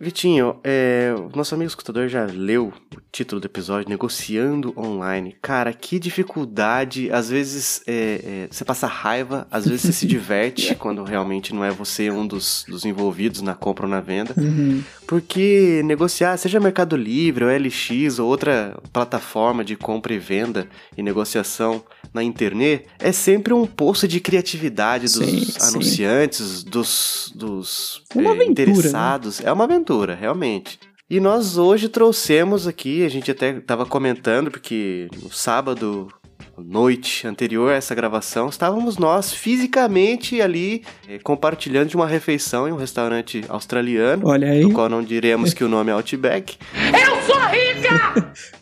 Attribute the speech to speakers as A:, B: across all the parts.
A: Vitinho, é, o nosso amigo escutador já leu o título do episódio, Negociando Online. Cara, que dificuldade. Às vezes é, é, você passa raiva, às vezes você se diverte quando realmente não é você um dos, dos envolvidos na compra ou na venda.
B: Uhum.
A: Porque negociar, seja Mercado Livre, ou LX, ou outra plataforma de compra e venda e negociação na internet, é sempre um poço de criatividade dos
B: Sim, sim.
A: anunciantes, dos, dos
B: Uma
A: eh,
B: aventura, né?
A: interessados. É uma aventura, realmente. E nós hoje trouxemos aqui, a gente até estava comentando, porque no sábado, noite anterior a essa gravação, estávamos nós fisicamente ali eh, compartilhando de uma refeição em um restaurante australiano,
B: Olha aí,
A: do qual não diremos que o nome é Outback.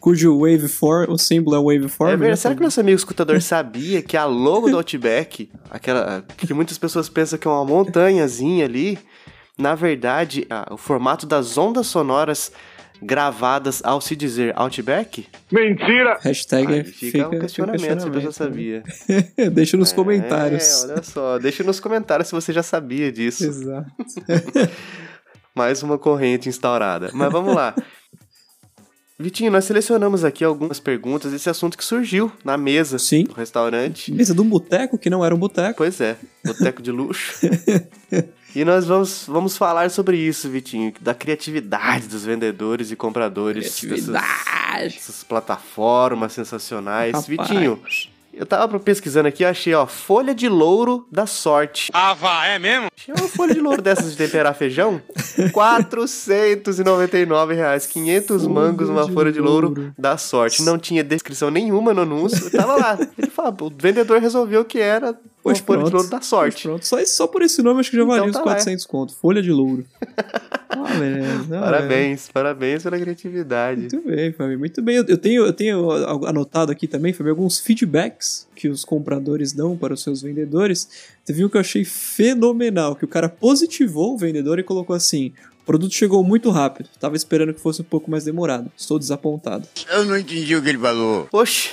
B: cujo waveform, o símbolo é waveform.
A: É
B: né?
A: verdade, será que o nosso amigo escutador sabia que a logo do Outback, aquela que muitas pessoas pensam que é uma montanhazinha ali, na verdade, a- o formato das ondas sonoras gravadas ao se dizer Outback?
C: Mentira!
B: Hashtag
A: Aí
B: É fica,
A: fica um questionamento, se a pessoa sabia.
B: sabia. Deixa nos comentários.
A: É, olha só, deixa nos comentários se você já sabia disso.
B: Exato.
A: Mais uma corrente instaurada. Mas vamos lá. Vitinho, nós selecionamos aqui algumas perguntas desse assunto que surgiu na mesa
B: Sim.
A: do restaurante.
B: Mesa de um boteco que não era um boteco.
A: Pois é, boteco de luxo. e nós vamos, vamos falar sobre isso, Vitinho, da criatividade dos vendedores e compradores dessas, dessas plataformas sensacionais.
B: Rapaz.
A: Vitinho, eu tava pesquisando aqui, eu achei, ó, folha de louro da sorte.
C: Ah, vá, é mesmo?
A: Achei uma folha de louro dessas de temperar feijão, R$ 499 reais, 500
B: Folha
A: mangos, uma
B: de
A: folha de louro,
B: louro.
A: da sorte. Não tinha descrição nenhuma no anúncio, tava lá. Ele fala, o vendedor resolveu que era uma
B: Pois
A: folha de
B: pronto.
A: louro da sorte.
B: Pronto, só, só por esse nome acho que já valia
A: Então
B: uns
A: tá lá, é.
B: 400 conto. Folha de louro. Ah, beleza. Ah,
A: Parabéns, parabéns pela criatividade.
B: Muito bem, Fabio, muito bem. Eu- Eu tenho, eu tenho a- anotado aqui também, Fabio, alguns feedbacks que os compradores dão para os seus vendedores. Teve um que eu achei fenomenal, que o cara positivou o vendedor e colocou assim: o produto chegou muito rápido, estava esperando que fosse um pouco mais demorado, estou desapontado.
D: Eu não entendi o que ele falou.
A: Oxi,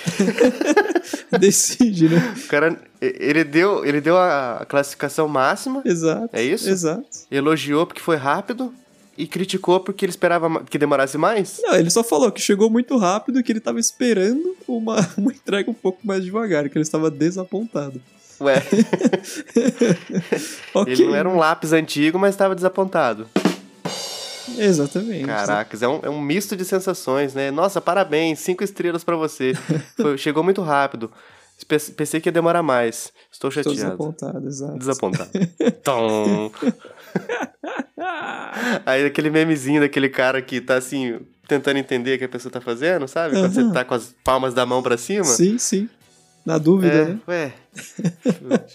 B: Decide, né?
A: o cara, e- ele deu, ele deu a classificação máxima,
B: Exato.
A: É isso?
B: Exato.
A: elogiou porque foi rápido e criticou porque ele esperava ma- que demorasse mais.
B: Não, ele só falou que chegou muito rápido e que ele estava esperando uma, uma entrega um pouco mais devagar, que ele estava desapontado.
A: Ué,
B: Ok.
A: ele não era um lápis antigo, mas estava desapontado.
B: Exatamente.
A: Caracas, é um, é um misto de sensações, né? Nossa, parabéns, cinco estrelas pra você. Foi- chegou muito rápido. Pe- Pensei que ia demorar mais. Estou
B: Estou
A: chateado.
B: desapontado, exato.
A: Desapontado. Tom.
B: Ah!
A: Aí aquele memezinho daquele cara que tá assim, tentando entender o que a pessoa tá fazendo, sabe? Quando
B: Aham.
A: você tá com as palmas da mão pra cima.
B: Sim, sim. Na dúvida,
A: É,
B: né?
A: ué.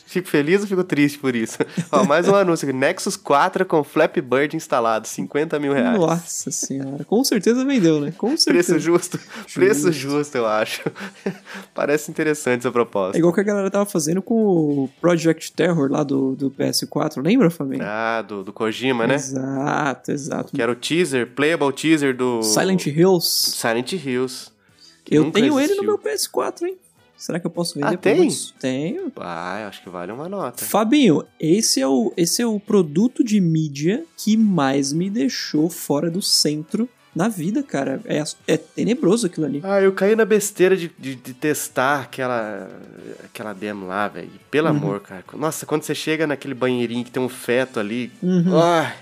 A: Fico feliz ou fico triste por isso? Ó, mais um anúncio aqui. Nexus 4 com Flap Bird instalado, 50 mil reais.
B: Nossa senhora. Com certeza vendeu, né? Com
A: É. Preço
B: certeza.
A: justo. Preço justo, eu acho. Parece interessante essa
B: É
A: proposta.
B: igual que a galera tava fazendo com o Project Terror lá do, do PS4, lembra, Flamengo?
A: Ah, do, do Kojima, né?
B: Exato, exato.
A: Que é era o teaser, playable teaser do...
B: Silent Hills.
A: Silent Hills. que
B: Eu
A: nunca
B: tenho ele
A: existiu.
B: no meu PS4, hein? Será que eu posso vender
A: Ah, tem?
B: produtos? Tenho.
A: Ah, eu acho que vale uma nota.
B: Fabinho, esse é, o, esse é o produto de mídia que mais me deixou fora do centro na vida, cara. É, as- é tenebroso aquilo ali.
A: Ah, eu caí na besteira de, de- de testar aquela, aquela demo lá, velho. E Pelo
B: Uhum.
A: amor, cara. Nossa, quando você chega naquele banheirinho que tem um feto ali.
B: Uhum.
A: Ah,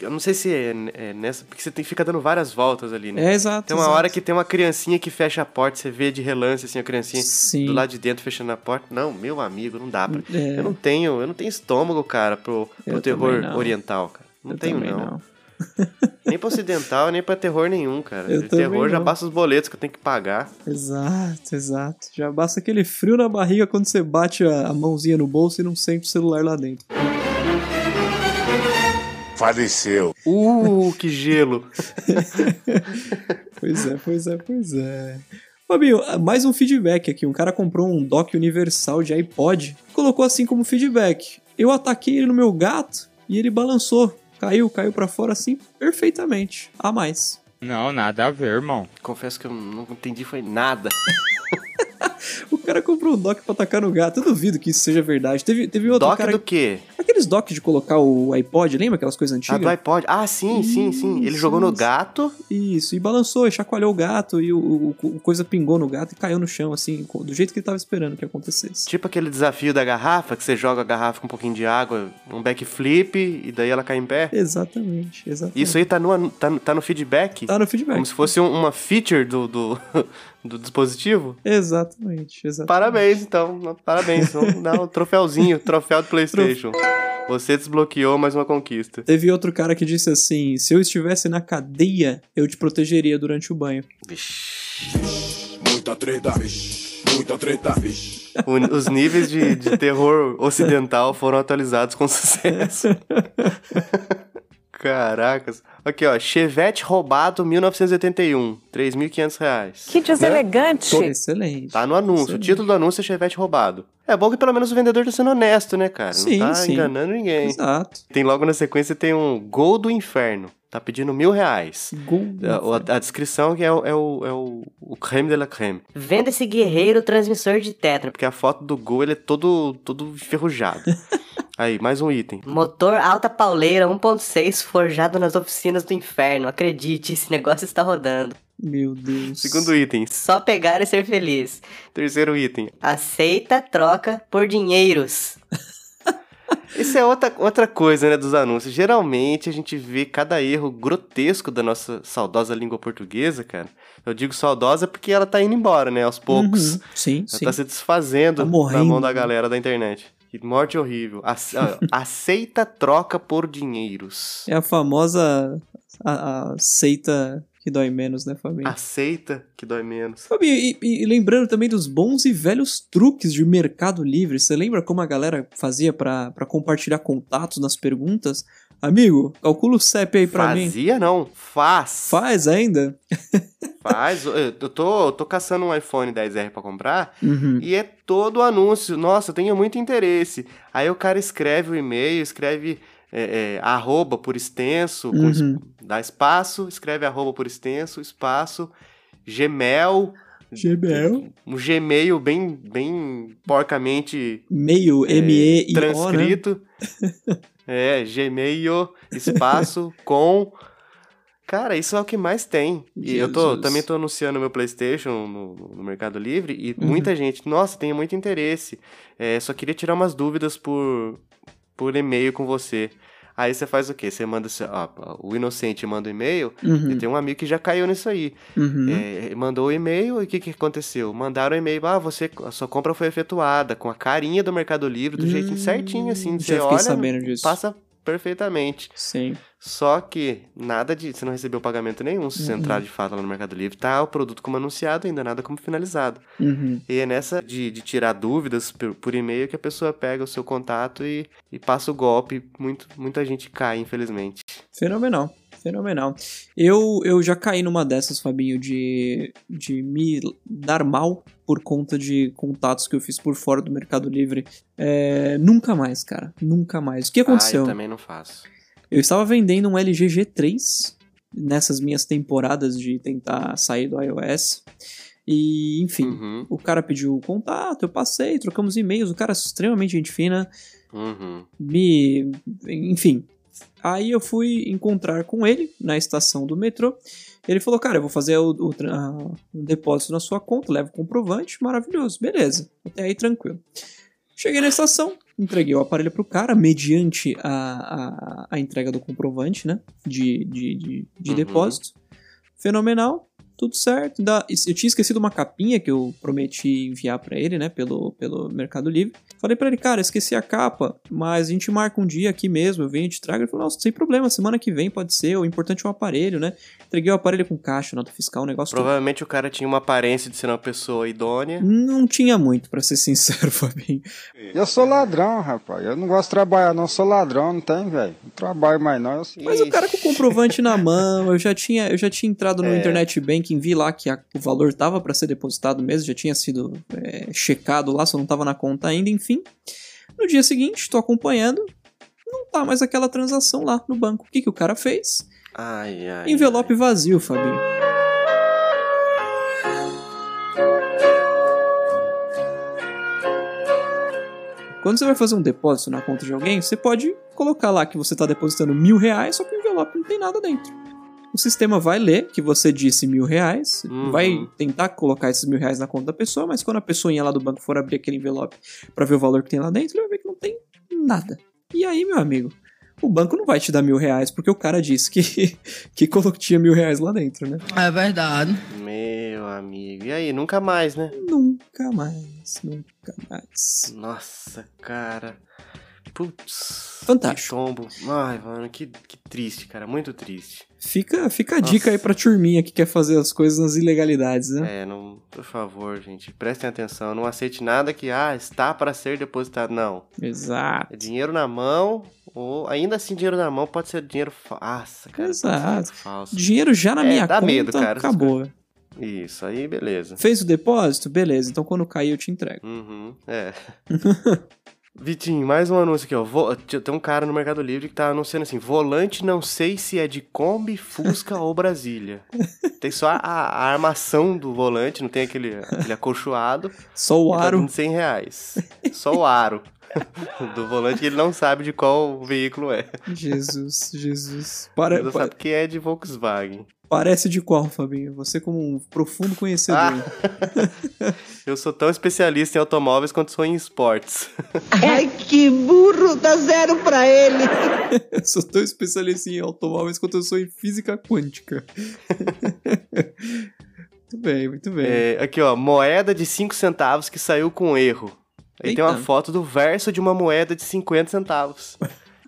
A: eu não sei se é, é nessa, porque você tem, fica dando várias voltas ali, né?
B: É, exato.
A: tem uma
B: exato.
A: hora que tem uma criancinha que fecha a porta, você vê de relance assim a criancinha
B: Sim.
A: do lado de dentro fechando a porta. Não, meu amigo, não dá pra.
B: É.
A: Eu não tenho, eu não tenho estômago, cara, pro, pro
B: Eu
A: terror
B: também não.
A: oriental, cara. Não
B: Eu
A: tenho,
B: também
A: não. Nem pra ocidental, nem pra terror nenhum, cara.
B: Eu
A: De
B: também
A: terror já
B: não.
A: passa os boletos que eu tenho que pagar.
B: Exato, exato. Já basta aquele frio na barriga quando você bate a, a mãozinha no bolso e não sente o celular lá dentro.
D: Faleceu.
A: Uh, que gelo!
B: Pois é, pois é, pois é. Fabinho, mais um feedback aqui. Um cara comprou um dock universal de iPod. Colocou assim como feedback. Eu ataquei ele no meu gato e ele balançou. Caiu, caiu pra fora assim perfeitamente. A mais.
C: Não, nada a ver, irmão.
A: Confesso que eu não entendi foi nada.
B: O cara comprou um dock pra atacar no gato. Eu duvido que isso seja verdade. Teve, teve outro
A: Doc
B: cara...
A: do quê?
B: Aqueles aqueles dock de colocar o iPod, lembra aquelas coisas
A: Ah,
B: antigas?
A: do iPod. Ah, sim, sim, sim. Ele
B: Isso,
A: jogou no
B: isso.
A: gato.
B: Isso, e balançou, e chacoalhou o gato, e o, o- o coisa pingou no gato e caiu no chão, assim, co- do jeito que ele tava esperando que acontecesse.
A: Tipo aquele desafio da garrafa, que você joga a garrafa com um pouquinho de água, um backflip, e daí ela cai em
B: É.
A: pé.
B: Exatamente, exatamente.
A: Isso aí tá no, anu- tá, no- tá no feedback?
B: Tá no feedback.
A: Como se fosse um- uma feature do, do, do dispositivo?
B: Exatamente, exatamente.
A: Parabéns, então. Parabéns. Vamos dar um troféuzinho, troféu do PlayStation. Você desbloqueou mais uma conquista.
B: Teve outro cara que disse assim: se eu estivesse na cadeia, eu te protegeria durante o banho.
D: Muita treta, muita treta,
A: O- os níveis de, de terror ocidental foram atualizados com sucesso. Caracas. Aqui, ó. Chevette roubado 1981. 3.500 reais.
E: Que deselegante.
B: Né? Excelente.
A: Tá no anúncio. O
B: Excelente.
A: título do anúncio é Chevette roubado. É bom que pelo menos o vendedor tá sendo honesto, né, cara?
B: Sim,
A: Não tá
B: sim.
A: enganando ninguém.
B: Exato.
A: Tem logo na sequência tem um Gol do Inferno. Tá pedindo mil reais.
B: Gol.
A: A, a- a descrição que é, o- é o, é o, o creme de la creme.
F: Vendo esse guerreiro transmissor de tetra.
A: Porque a foto do gol ele é todo, todo enferrujado. Aí, mais um item.
F: Motor alta pauleira 1.6 forjado nas oficinas do inferno. Acredite, esse negócio está rodando.
B: Meu Deus.
A: Segundo item.
F: Só pegar e ser feliz.
A: Terceiro item.
F: Aceita troca por dinheiros.
A: Isso é outra, outra coisa, né, dos anúncios. Geralmente a gente vê cada erro grotesco da nossa saudosa língua portuguesa, cara. Eu digo saudosa porque ela tá indo embora, né, aos poucos.
B: Uhum. Sim,
A: Ela
B: sim.
A: tá se desfazendo
B: Tá
A: na
B: morrendo.
A: mão da galera da internet. Que morte horrível. Ace- ó, Aceita troca por dinheiros.
B: É a famosa a, a seita que dói menos, né, Fabinho?
A: Ah, Aceita que dói menos.
B: Fabinho, e, e- e lembrando também dos bons e velhos truques de Mercado Livre. Você lembra como a galera fazia pra pra compartilhar contatos nas perguntas? Amigo, calcula o CEP aí pra mim.
A: Fazia não, faz.
B: Faz ainda?
A: Faz. Eu tô, eu tô caçando um iPhone 10R pra comprar
B: Uhum.
A: e é todo o anúncio. Nossa, eu tenho muito interesse. Aí o cara escreve o e-mail, escreve é, é, arroba por extenso, com
B: Uhum.
A: es- dá espaço, escreve arroba por extenso, espaço, Gmail.
B: Gmail.
A: Um Gmail bem, bem porcamente
B: Meio, M-E-I-O, né?
A: é, transcrito. é, Gmail, espaço, com. Cara, isso é o que mais tem. E eu tô,
B: Jesus.
A: também tô anunciando meu PlayStation no, no Mercado Livre e
B: Uhum.
A: muita gente, nossa, tenho muito interesse. É, só queria tirar umas dúvidas por, por e-mail com você. Aí você faz o quê? Você manda. seu- ó, o inocente manda um e-mail.
B: Uhum,
A: E tem um amigo que já caiu nisso aí.
B: uhum.
A: É, mandou o e-mail e o que, que aconteceu? Mandaram o e-mail, ah, você, a sua compra foi efetuada com a carinha do Mercado Livre, do
B: Hum,
A: jeitinho certinho, assim.
B: já
A: Você
B: fiquei
A: olha,
B: sabendo disso.
A: passa perfeitamente.
B: Sim.
A: Só que nada de. Você não recebeu pagamento nenhum se você
B: Uhum.
A: entrar de fato lá no Mercado Livre. Tá o produto como anunciado, ainda nada como finalizado.
B: Uhum.
A: E é nessa de, de tirar dúvidas por, por e-mail que a pessoa pega o seu contato e, e passa o golpe. Muito, muita gente cai, infelizmente.
B: Fenomenal, fenomenal. Eu, eu já caí numa dessas, Fabinho, de, de me dar mal por conta de contatos que eu fiz por fora do Mercado Livre. É, nunca mais, cara. Nunca mais. O que
A: Ah,
B: aconteceu?
A: eu também não faço.
B: Eu estava vendendo um LG G3 nessas minhas temporadas de tentar sair do iOS. E, enfim,
A: Uhum,
B: o cara pediu o contato, eu passei, trocamos e-mails, o cara é extremamente gente fina
A: uhum.
B: me. Enfim. Aí eu fui encontrar com ele na estação do metrô. Ele falou: Cara, eu vou fazer o, o tra- a- um depósito na sua conta, levo o comprovante, maravilhoso, beleza. Até aí tranquilo. Cheguei na estação, entreguei o aparelho pro cara, mediante a, a, a entrega do comprovante, né? De, de, de, de
A: Uhum.
B: depósito. Fenomenal, tudo certo. Da- eu tinha esquecido uma capinha que eu prometi enviar pra ele, né? Pelo, pelo Mercado Livre. Falei pra ele, cara, esqueci a capa, mas a gente marca um dia aqui mesmo, eu venho e te trago. Ele falou, nossa, sem problema, semana que vem pode ser, o importante é o aparelho, né? Entreguei o aparelho com caixa, nota fiscal, o negócio todo.
A: Provavelmente o cara tinha uma aparência de ser uma pessoa idônea.
B: Não tinha muito, pra ser sincero, Fabinho.
G: Eu sou ladrão, rapaz. Eu não gosto de trabalhar, não. Eu sou ladrão, não tem, velho. Não trabalho mais, não. Eu sou...
B: Mas o cara com o comprovante na mão, eu já tinha, eu já tinha entrado no
A: É.
B: internet banking, vi lá que a- o valor tava pra ser depositado mesmo, já tinha sido é, checado lá, só não tava na conta ainda, enfim. No dia seguinte, tô acompanhando, não tá mais aquela transação lá no banco. O que, que o cara fez?
A: Ai, ai.
B: Envelope vazio, Fabinho. Quando Quando você vai fazer um depósito na conta de alguém, você pode colocar lá que você está depositando mil reais, só que o envelope não tem nada dentro. O sistema vai ler que você disse mil reais,
A: Uhum.
B: vai tentar colocar esses mil reais na conta da pessoa, mas quando a pessoinha lá do banco for abrir aquele envelope para ver o valor que tem lá dentro, ele vai ver que não tem nada. E aí, meu amigo, o banco não vai te dar mil reais porque o cara disse que, que colo- tinha mil reais lá dentro, né?
E: É verdade.
A: Meu amigo. E aí, nunca mais, né?
B: Nunca mais, nunca mais.
A: Nossa, cara. Putz.
B: Fantástico.
A: Que tombo. Ai, mano, que, que triste, cara. Muito triste.
B: Fica, fica a
A: Nossa.
B: dica aí pra turminha que quer fazer as coisas nas ilegalidades, né?
A: É, não. Por favor, gente, prestem atenção. Não aceite nada que, ah, está para ser depositado. Não.
B: Exato.
A: É dinheiro na mão, ou ainda assim, dinheiro na mão pode ser dinheiro falso, cara. pode ser
B: Exato.
A: dinheiro Falso.
B: Dinheiro já na
A: É,
B: minha
A: dá
B: conta,
A: medo, cara, essas
B: acabou.
A: Isso, aí beleza.
B: Fez o depósito? Beleza, então quando cair eu te entrego.
A: Uhum, é. Vitinho, mais um anúncio aqui, ó. Vo- Tem um cara no Mercado Livre que tá anunciando assim: volante não sei se é de Kombi, Fusca ou Brasília. Tem só a, a armação do volante, não tem aquele, aquele acolchoado.
B: Só o
A: Ele Tá
B: aro.
A: dando 100 reais. Só o aro do volante que ele não sabe de qual veículo é.
B: Jesus, Jesus.
A: Ele
B: Para,
A: não
B: pa-
A: sabe que é de Volkswagen.
B: parece de qual, Fabinho? Você como um profundo conhecedor.
A: Ah! Eu sou tão especialista em automóveis quanto sou em esportes.
H: Ai, que burro, dá zero pra ele.
B: Eu sou tão especialista em automóveis quanto eu sou em física quântica. muito bem, muito bem.
A: É, aqui, ó, moeda de 5 centavos que saiu com erro. Aí tem uma
B: Eita.
A: foto do verso de uma moeda de 50 centavos.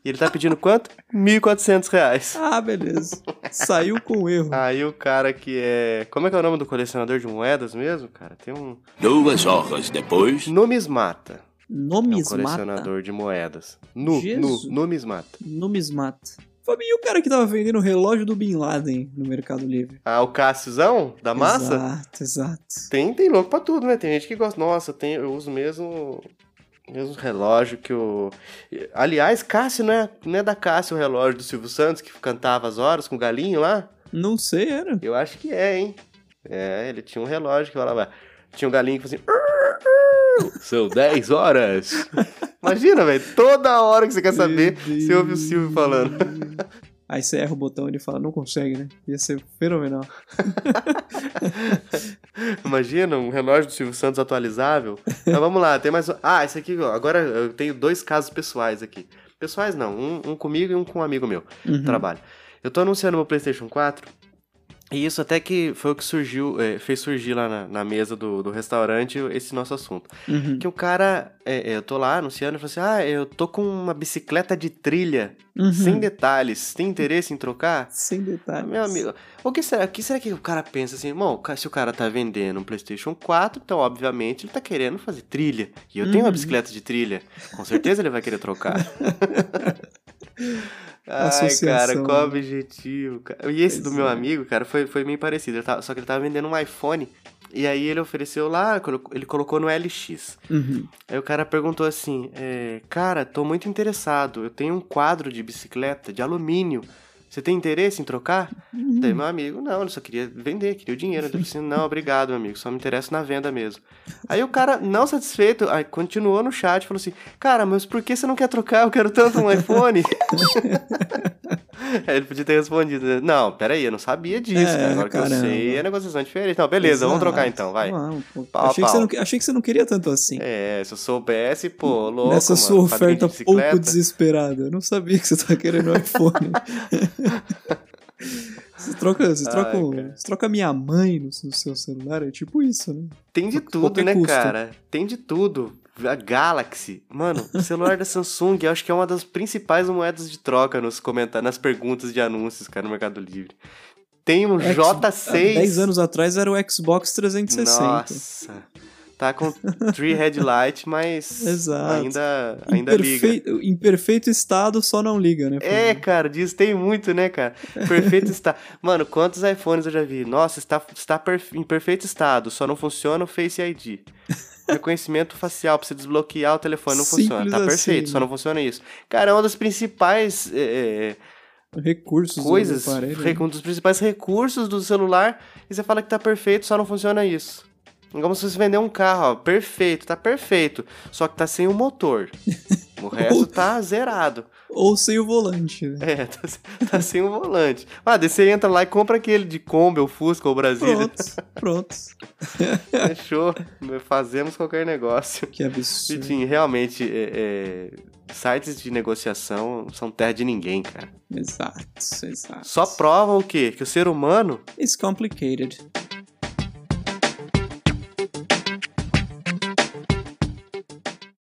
A: E ele tá pedindo quanto? 1.400 reais.
B: Ah, beleza. Saiu com erro.
A: Aí o cara que é... Como é que é o nome do colecionador de moedas mesmo, cara? Tem um...
D: Duas horas depois.
A: Numismata. É um
B: Numismata.
A: colecionador de moedas. Nu,
B: Jesus.
A: nu, numismata.
B: Numismata. Fabinho, e o cara que tava vendendo o relógio do Bin Laden no Mercado Livre?
A: Ah, o Cássiozão? Da massa?
B: Exato, exato.
A: Tem, tem louco pra tudo, né? Tem gente que gosta. Nossa, eu tenho- eu uso mesmo mesmo relógio que o. Aliás, Cássio, não é, não é da Cássio o relógio do Silvio Santos que cantava as horas com o galinho lá?
B: Não sei, era.
A: Eu acho que é, hein? É, ele tinha um relógio que falava. Tinha um galinho que fazia assim. São 10 horas. Imagina, velho. Toda hora que você quer saber,
B: Meu
A: você ouve o Silvio
B: Deus.
A: falando.
B: Aí você erra o botão e ele fala, não consegue, né? Ia ser fenomenal.
A: Imagina, um relógio do Silvio Santos atualizável. Mas vamos lá, tem mais um. Ah, esse aqui, ó. Agora eu tenho dois casos pessoais aqui. Pessoais não, um, um comigo e um com um amigo meu.
B: Uhum.
A: Trabalho. Eu tô anunciando meu PlayStation 4. E isso até que foi o que surgiu, eh, fez surgir lá na, na mesa do, do restaurante esse nosso assunto.
B: Uhum.
A: Que o cara, eh, eh, eu tô lá anunciando e falou assim: Ah, eu tô com uma bicicleta de trilha,
B: Uhum.
A: sem detalhes, tem interesse em trocar?
B: Sem
A: Ah,
B: detalhes.
A: Meu amigo, o que será, o que será que o cara pensa assim, irmão, ca- se o cara tá vendendo um PlayStation 4, então obviamente ele tá querendo fazer trilha. E eu tenho uma
B: Uhum.
A: bicicleta de trilha, com certeza ele vai querer trocar. Ai, cara,
B: Associação,
A: qual
B: né?
A: objetivo, cara? E esse do
B: Pois
A: meu
B: é.
A: amigo, cara, foi, foi meio parecido. Ele tava- só que ele tava vendendo um iPhone, e aí ele ofereceu lá, colo- ele colocou no LX.
B: Uhum.
A: Aí o cara perguntou assim: é, Cara, tô muito interessado. Eu tenho um quadro de bicicleta de alumínio. Você tem interesse em trocar?
B: Uhum.
A: Daí meu amigo, não, ele só queria vender, queria o dinheiro. Eu falei assim, não, obrigado, meu amigo, só me interessa na venda mesmo. Aí o cara, não satisfeito, aí continuou no chat, falou assim, cara, mas por que você não quer trocar? Eu quero tanto um iPhone. aí ele podia ter respondido, né, não, peraí, eu não sabia disso,
B: É,
A: cara. agora que eu
B: caramba.
A: sei, a negociação é diferente. Não, beleza, vamos
B: Exato.
A: trocar então, vai.
B: Vamos, pô.
A: Pau a
B: achei, que você
A: pau.
B: não, que- achei que você não queria tanto assim.
A: É, se eu soubesse, pô, louco,
B: Nessa
A: mano,
B: sua
A: quadrinho de
B: oferta pouco
A: bicicleta.
B: desesperada. Eu não sabia que você tava querendo um iPhone. você troca, você
A: Ai,
B: troca, um-
A: cara.
B: você troca minha mãe no, no seu celular. É tipo isso, né?
A: Tem de
B: Qual-
A: tudo,
B: qualquer
A: né,
B: custo.
A: cara? Tem de tudo. A Galaxy. Mano, o celular da Samsung, eu acho que é uma das principais moedas de troca nos comentários, nas perguntas de anúncios, cara, no Mercado Livre. Tem um
B: X- É Há
A: J6.
B: 10 anos atrás era o Xbox 360.
A: Nossa. Tá com three headlight, mas
B: Exato.
A: ainda,
B: Em
A: ainda liga.
B: perfei- Em perfeito estado, só não liga, né?
A: É,
B: Fabinho?
A: cara, diz, tem muito, né, cara? Perfeito está. Mano, quantos iPhones eu já vi? Nossa, está, está perf- em perfeito estado, só não funciona o Face ID. Reconhecimento facial pra você desbloquear o telefone não
B: Simples
A: funciona. Tá
B: assim,
A: perfeito, só
B: né?
A: não funciona isso. Cara, é uma das principais é, é,
B: Recursos
A: coisas,
B: do aparelho. né?
A: re- um dos principais recursos do celular, e você fala que tá perfeito, só não funciona isso. É como se você vender um carro, ó, perfeito, tá perfeito, só que tá sem o motor. O resto tá zerado.
B: né? Ou sem o volante, né?
A: É, tá, se- tá sem o volante. Ah, daí você entra lá e compra aquele de Kombi, o Fusca ou Brasília.
B: Pronto, pronto.
A: Fechou. Fazemos qualquer negócio.
B: Que absurdo.
A: Vitinho, realmente, é- é, sites de negociação são terra de ninguém, cara.
B: Exato, exato.
A: Só provam o quê? Que o ser humano
B: It's complicated.